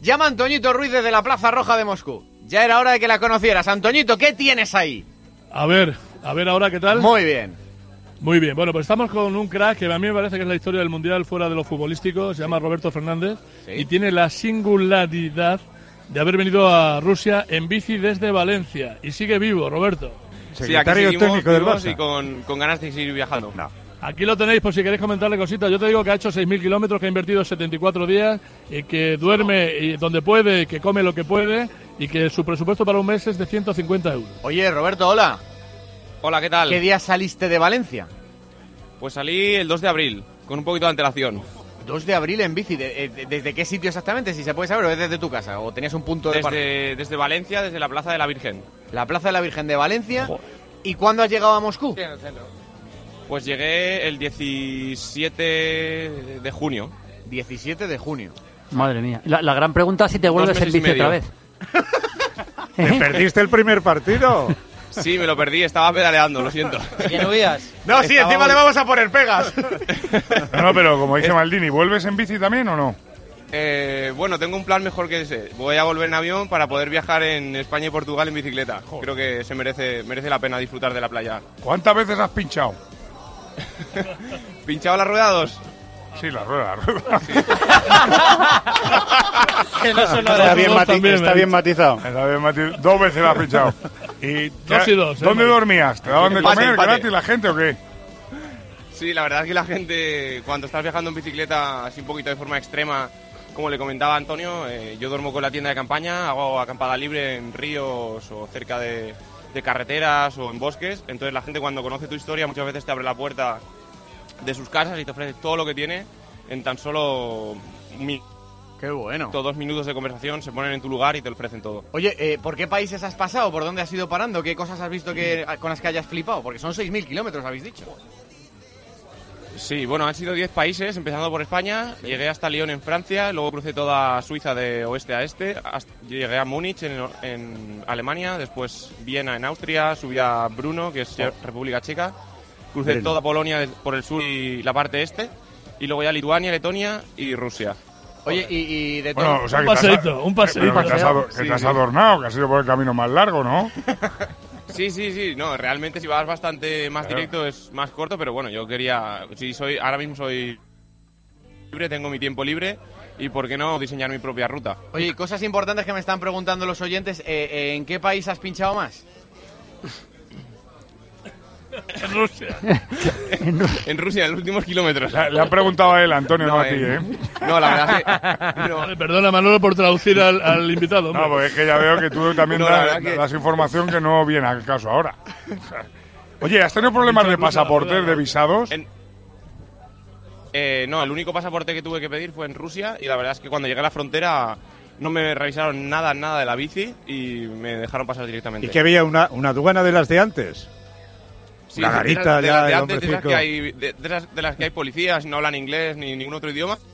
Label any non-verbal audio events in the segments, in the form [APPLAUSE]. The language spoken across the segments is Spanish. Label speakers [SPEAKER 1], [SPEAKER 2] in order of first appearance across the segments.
[SPEAKER 1] Llama a Antoñito Ruiz desde la Plaza Roja de Moscú. Ya era hora de que la conocieras. Antoñito, ¿qué tienes ahí?
[SPEAKER 2] A ver, a ver ahora qué tal.
[SPEAKER 1] Muy bien.
[SPEAKER 2] Muy bien, bueno, pues estamos con un crack que a mí me parece que es la historia del Mundial fuera de lo futbolístico, se llama Roberto Fernández
[SPEAKER 1] Sí.
[SPEAKER 2] y tiene la singularidad de haber venido a Rusia en bici desde Valencia y sigue vivo, Roberto.
[SPEAKER 3] Secretario
[SPEAKER 4] aquí seguimos
[SPEAKER 3] técnico del
[SPEAKER 4] vivos
[SPEAKER 3] Barça.
[SPEAKER 4] Y con, con ganas de seguir viajando.
[SPEAKER 2] Aquí lo tenéis por si queréis comentarle cositas. Yo te digo que ha hecho 6.000 kilómetros, que ha invertido 74 días, y que duerme y donde puede, que come lo que puede y que su presupuesto para un mes es de 150 euros.
[SPEAKER 1] Oye, Roberto, hola.
[SPEAKER 4] Hola, ¿qué tal?
[SPEAKER 1] ¿Qué día saliste de Valencia?
[SPEAKER 4] Pues salí el 2 de abril, con un poquito de antelación.
[SPEAKER 1] 2 de abril en bici. De- eh, de- ¿Desde qué sitio exactamente? Si se puede saber, o es desde tu casa, o tenías un punto de partida?
[SPEAKER 4] Desde, desde Valencia, desde la Plaza de la Virgen.
[SPEAKER 1] La Plaza de la Virgen de Valencia. ¿Y cuándo has llegado a Moscú?
[SPEAKER 4] Pues llegué el 17 de junio.
[SPEAKER 1] 17 de junio.
[SPEAKER 5] Madre mía. La, la gran pregunta es si te vuelves en
[SPEAKER 4] meses y
[SPEAKER 5] bici otra
[SPEAKER 4] medio. [LAUGHS]
[SPEAKER 5] vez. [LAUGHS]
[SPEAKER 3] ¿Te perdiste el
[SPEAKER 2] [LAUGHS]
[SPEAKER 3] primer partido?
[SPEAKER 4] Sí, me lo perdí, estaba pedaleando, lo siento.
[SPEAKER 6] ¿Que no veas?
[SPEAKER 1] [LAUGHS] No, sí, encima le vamos a poner pegas.
[SPEAKER 3] No, no, pero como dice Maldini, ¿vuelves en bici también o no?
[SPEAKER 4] Eh, bueno, tengo un plan mejor que ese. Voy a volver en avión para poder viajar en España y Portugal en bicicleta. Creo que se merece, merece la pena disfrutar de la playa.
[SPEAKER 3] ¿Cuántas veces has pinchado?
[SPEAKER 4] ¿Pinchado la rueda 2?
[SPEAKER 3] Sí, la rueda, la rueda.
[SPEAKER 6] Que no
[SPEAKER 2] Ah, Está
[SPEAKER 6] son
[SPEAKER 7] Está
[SPEAKER 6] horas.
[SPEAKER 2] bien
[SPEAKER 7] bien,
[SPEAKER 2] mati-
[SPEAKER 7] está
[SPEAKER 2] también, está ¿eh? bien
[SPEAKER 7] bien matizado.
[SPEAKER 3] Me [LAUGHS] la había metido- Dos veces la has pinchado. Y
[SPEAKER 2] Dos y dos, ¿eh,
[SPEAKER 3] ¿Dónde
[SPEAKER 2] Mari?
[SPEAKER 3] dormías? ¿Te daban de
[SPEAKER 4] Empate,
[SPEAKER 3] comer
[SPEAKER 4] empate.
[SPEAKER 3] gratis la gente o qué?
[SPEAKER 4] Sí, la verdad es que la gente, cuando estás viajando en bicicleta así un poquito de forma extrema, como le comentaba Antonio, eh, yo duermo con la tienda de campaña, hago acampada libre en ríos o cerca de, de carreteras o en bosques. Entonces la gente cuando conoce tu historia muchas veces te abre la puerta de sus casas y te ofrece todo lo que tiene en tan solo un minuto,
[SPEAKER 1] Qué bueno.
[SPEAKER 4] dos minutos de conversación, se ponen en tu lugar y te ofrecen todo.
[SPEAKER 1] Oye, eh, ¿por qué países has pasado? ¿Por dónde has ido parando? ¿Qué cosas has visto que, a- con las que hayas flipado? Porque son 6.000 kilómetros, habéis dicho.
[SPEAKER 4] Sí, bueno, han sido 10 países, empezando por España. Llegué hasta Lyon en Francia, luego crucé toda Suiza de oeste a este. hasta- llegué a Múnich en, en Alemania, después Viena en Austria, subí a Brno, que es República Checa. Crucé toda Polonia de- por el sur y la parte este. Y luego ya Lituania, Letonia y Rusia.
[SPEAKER 1] Oye, y, y de todo.
[SPEAKER 3] Bueno, o sea,
[SPEAKER 2] Un
[SPEAKER 3] que te has-
[SPEAKER 2] paseíto, un paseíto.
[SPEAKER 3] pero Que te has, ado- que
[SPEAKER 4] Sí,
[SPEAKER 3] te has
[SPEAKER 4] sí.
[SPEAKER 3] adornado, que has ido por el camino más largo, ¿no?
[SPEAKER 4] Sí, sí, sí, no, realmente si vas bastante más
[SPEAKER 3] Claro.
[SPEAKER 4] directo es más corto, pero bueno, yo quería, si soy, ahora mismo soy libre, tengo mi tiempo libre y por qué no diseñar mi propia ruta.
[SPEAKER 1] Oye, y cosas importantes que me están preguntando los oyentes. eh, eh, ¿En qué país has pinchado más?
[SPEAKER 2] En Rusia.
[SPEAKER 4] En Rusia, en los últimos kilómetros. [LAUGHS]
[SPEAKER 3] Le, le han preguntado a él, Antonio, no, a
[SPEAKER 4] eh,
[SPEAKER 3] ti, ¿eh?
[SPEAKER 4] no, la verdad es que. no.
[SPEAKER 2] Vale, Perdona, Manolo, por traducir al, al invitado. hombre.
[SPEAKER 3] [LAUGHS] No, pues es que ya veo que tú también
[SPEAKER 4] No, la
[SPEAKER 3] das,
[SPEAKER 4] verdad que-
[SPEAKER 3] das información que no viene al caso ahora.
[SPEAKER 4] [LAUGHS]
[SPEAKER 3] Oye, ¿has tenido problemas de
[SPEAKER 2] Mucha rusa,
[SPEAKER 3] pasaportes,
[SPEAKER 2] ruda.
[SPEAKER 3] de visados?
[SPEAKER 4] En- Eh, no, el único pasaporte que tuve que pedir fue en Rusia y la verdad es que cuando llegué a la frontera no me revisaron nada, nada de la bici y me dejaron pasar directamente.
[SPEAKER 7] ¿Y que había una, una aduana de las de antes?
[SPEAKER 4] Sí,
[SPEAKER 7] La
[SPEAKER 4] de esas-
[SPEAKER 7] garita
[SPEAKER 4] de
[SPEAKER 7] ya,
[SPEAKER 4] las de
[SPEAKER 7] el
[SPEAKER 4] antes, de, esas
[SPEAKER 7] hombrecito.
[SPEAKER 4] que hay, de, de esas- de las que hay policías y no hablan inglés ni ningún otro idioma.
[SPEAKER 1] [LAUGHS]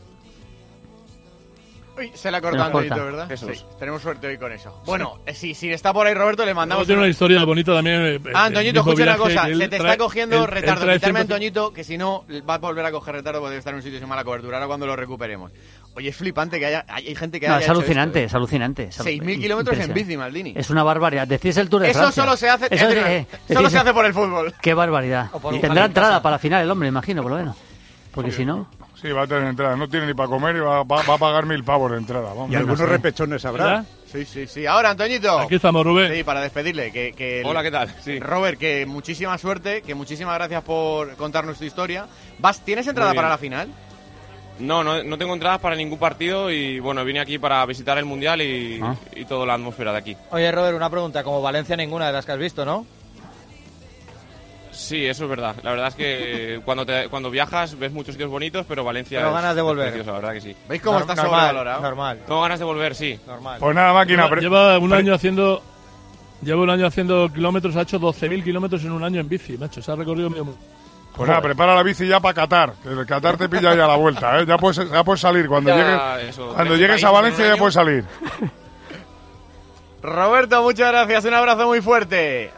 [SPEAKER 1] Uy, se la ha
[SPEAKER 5] Se
[SPEAKER 1] cortado
[SPEAKER 5] nos corta.
[SPEAKER 1] Antonito, ¿verdad?
[SPEAKER 4] Jesús.
[SPEAKER 1] Sí, tenemos suerte hoy con eso. Bueno, eh, si, si está por ahí Roberto, le
[SPEAKER 2] Luego
[SPEAKER 1] mandamos...
[SPEAKER 2] tiene
[SPEAKER 1] un-
[SPEAKER 2] una historia bonita también. eh, eh,
[SPEAKER 1] Ah,
[SPEAKER 2] el
[SPEAKER 1] Antoñito,
[SPEAKER 2] mismo
[SPEAKER 1] escucha una
[SPEAKER 2] viaje
[SPEAKER 1] cosa.
[SPEAKER 2] que él
[SPEAKER 1] Se te
[SPEAKER 2] trae-
[SPEAKER 1] está cogiendo
[SPEAKER 2] él- él
[SPEAKER 1] retardo.
[SPEAKER 2] trae
[SPEAKER 1] Quitarme a
[SPEAKER 2] 150
[SPEAKER 1] Antoñito, que si no, va a volver a coger retardo porque debe estar en un sitio sin mala cobertura. Ahora cuando lo recuperemos. Oye, es flipante que haya... Hay hay gente que
[SPEAKER 5] No,
[SPEAKER 1] haya
[SPEAKER 5] es
[SPEAKER 1] hecho
[SPEAKER 5] alucinante, es
[SPEAKER 1] esto, ¿eh?
[SPEAKER 5] alucinante. es alu-
[SPEAKER 1] 6.000 kilómetros en
[SPEAKER 5] impresionante.
[SPEAKER 1] bici, Maldini.
[SPEAKER 5] Es una barbaridad. Decís el Tour de
[SPEAKER 1] Eso
[SPEAKER 5] Francia.
[SPEAKER 1] solo se hace...
[SPEAKER 5] Eso es- eh,
[SPEAKER 1] solo
[SPEAKER 5] [LAUGHS] decís-
[SPEAKER 1] se hace por el fútbol.
[SPEAKER 5] Qué barbaridad.
[SPEAKER 6] O por
[SPEAKER 5] Y
[SPEAKER 6] un
[SPEAKER 5] tendrá
[SPEAKER 6] jaleo en
[SPEAKER 5] entrada
[SPEAKER 6] casa.
[SPEAKER 5] para la final el hombre, imagino, por lo menos. Porque si no...
[SPEAKER 3] Sí, va a tener entrada. No tiene ni para comer y va, va- va a pagar mil pavos de entrada. Vamos.
[SPEAKER 7] Y algunos repechones habrá.
[SPEAKER 2] ¿Verdad?
[SPEAKER 1] Sí, sí, sí. Ahora, Antoñito.
[SPEAKER 2] Aquí estamos, Rubén.
[SPEAKER 1] Sí, para despedirle. Que, que el-
[SPEAKER 4] Hola, ¿qué tal? Sí.
[SPEAKER 1] Robert, que muchísima suerte, que muchísimas gracias por contarnos tu historia. Vas, ¿Tienes entrada
[SPEAKER 4] Muy bien.
[SPEAKER 1] para la final?
[SPEAKER 4] No, no, no tengo entradas para ningún partido y bueno, vine aquí para visitar el Mundial y, y toda la atmósfera de aquí.
[SPEAKER 6] Oye, Robert, una pregunta. Como Valencia, ninguna de las que has visto, ¿no?
[SPEAKER 4] Sí, eso es verdad. La verdad es que cuando, te- cuando viajas ves muchos sitios bonitos, pero Valencia
[SPEAKER 6] Pero
[SPEAKER 4] es-
[SPEAKER 6] ganas de
[SPEAKER 4] es
[SPEAKER 6] volver.
[SPEAKER 4] preciosa, la verdad que sí.
[SPEAKER 1] ¿Veis cómo
[SPEAKER 6] Nor-
[SPEAKER 1] está
[SPEAKER 6] normal,
[SPEAKER 1] sobrevalorado?
[SPEAKER 6] normal,
[SPEAKER 4] Tengo ganas de volver, sí.
[SPEAKER 6] normal.
[SPEAKER 3] Pues nada, máquina.
[SPEAKER 2] Lleva-
[SPEAKER 3] pre-
[SPEAKER 2] Lleva un
[SPEAKER 3] pre-
[SPEAKER 2] año haciendo. Lleva un año haciendo kilómetros, ha hecho 12.000 kilómetros en un año en bici, macho. Se ha recorrido medio mundo.
[SPEAKER 3] Pues nada, prepara la bici ya para Qatar. Que el Qatar te pilla ya a la vuelta, ¿eh? Ya puedes, ya puedes salir. Cuando
[SPEAKER 4] Ya,
[SPEAKER 3] llegues,
[SPEAKER 4] eso,
[SPEAKER 3] cuando
[SPEAKER 4] trece
[SPEAKER 3] llegues a
[SPEAKER 4] países en
[SPEAKER 3] Valencia
[SPEAKER 4] un
[SPEAKER 3] ya
[SPEAKER 4] año.
[SPEAKER 3] puedes salir.
[SPEAKER 1] Roberto, muchas gracias, un abrazo muy fuerte.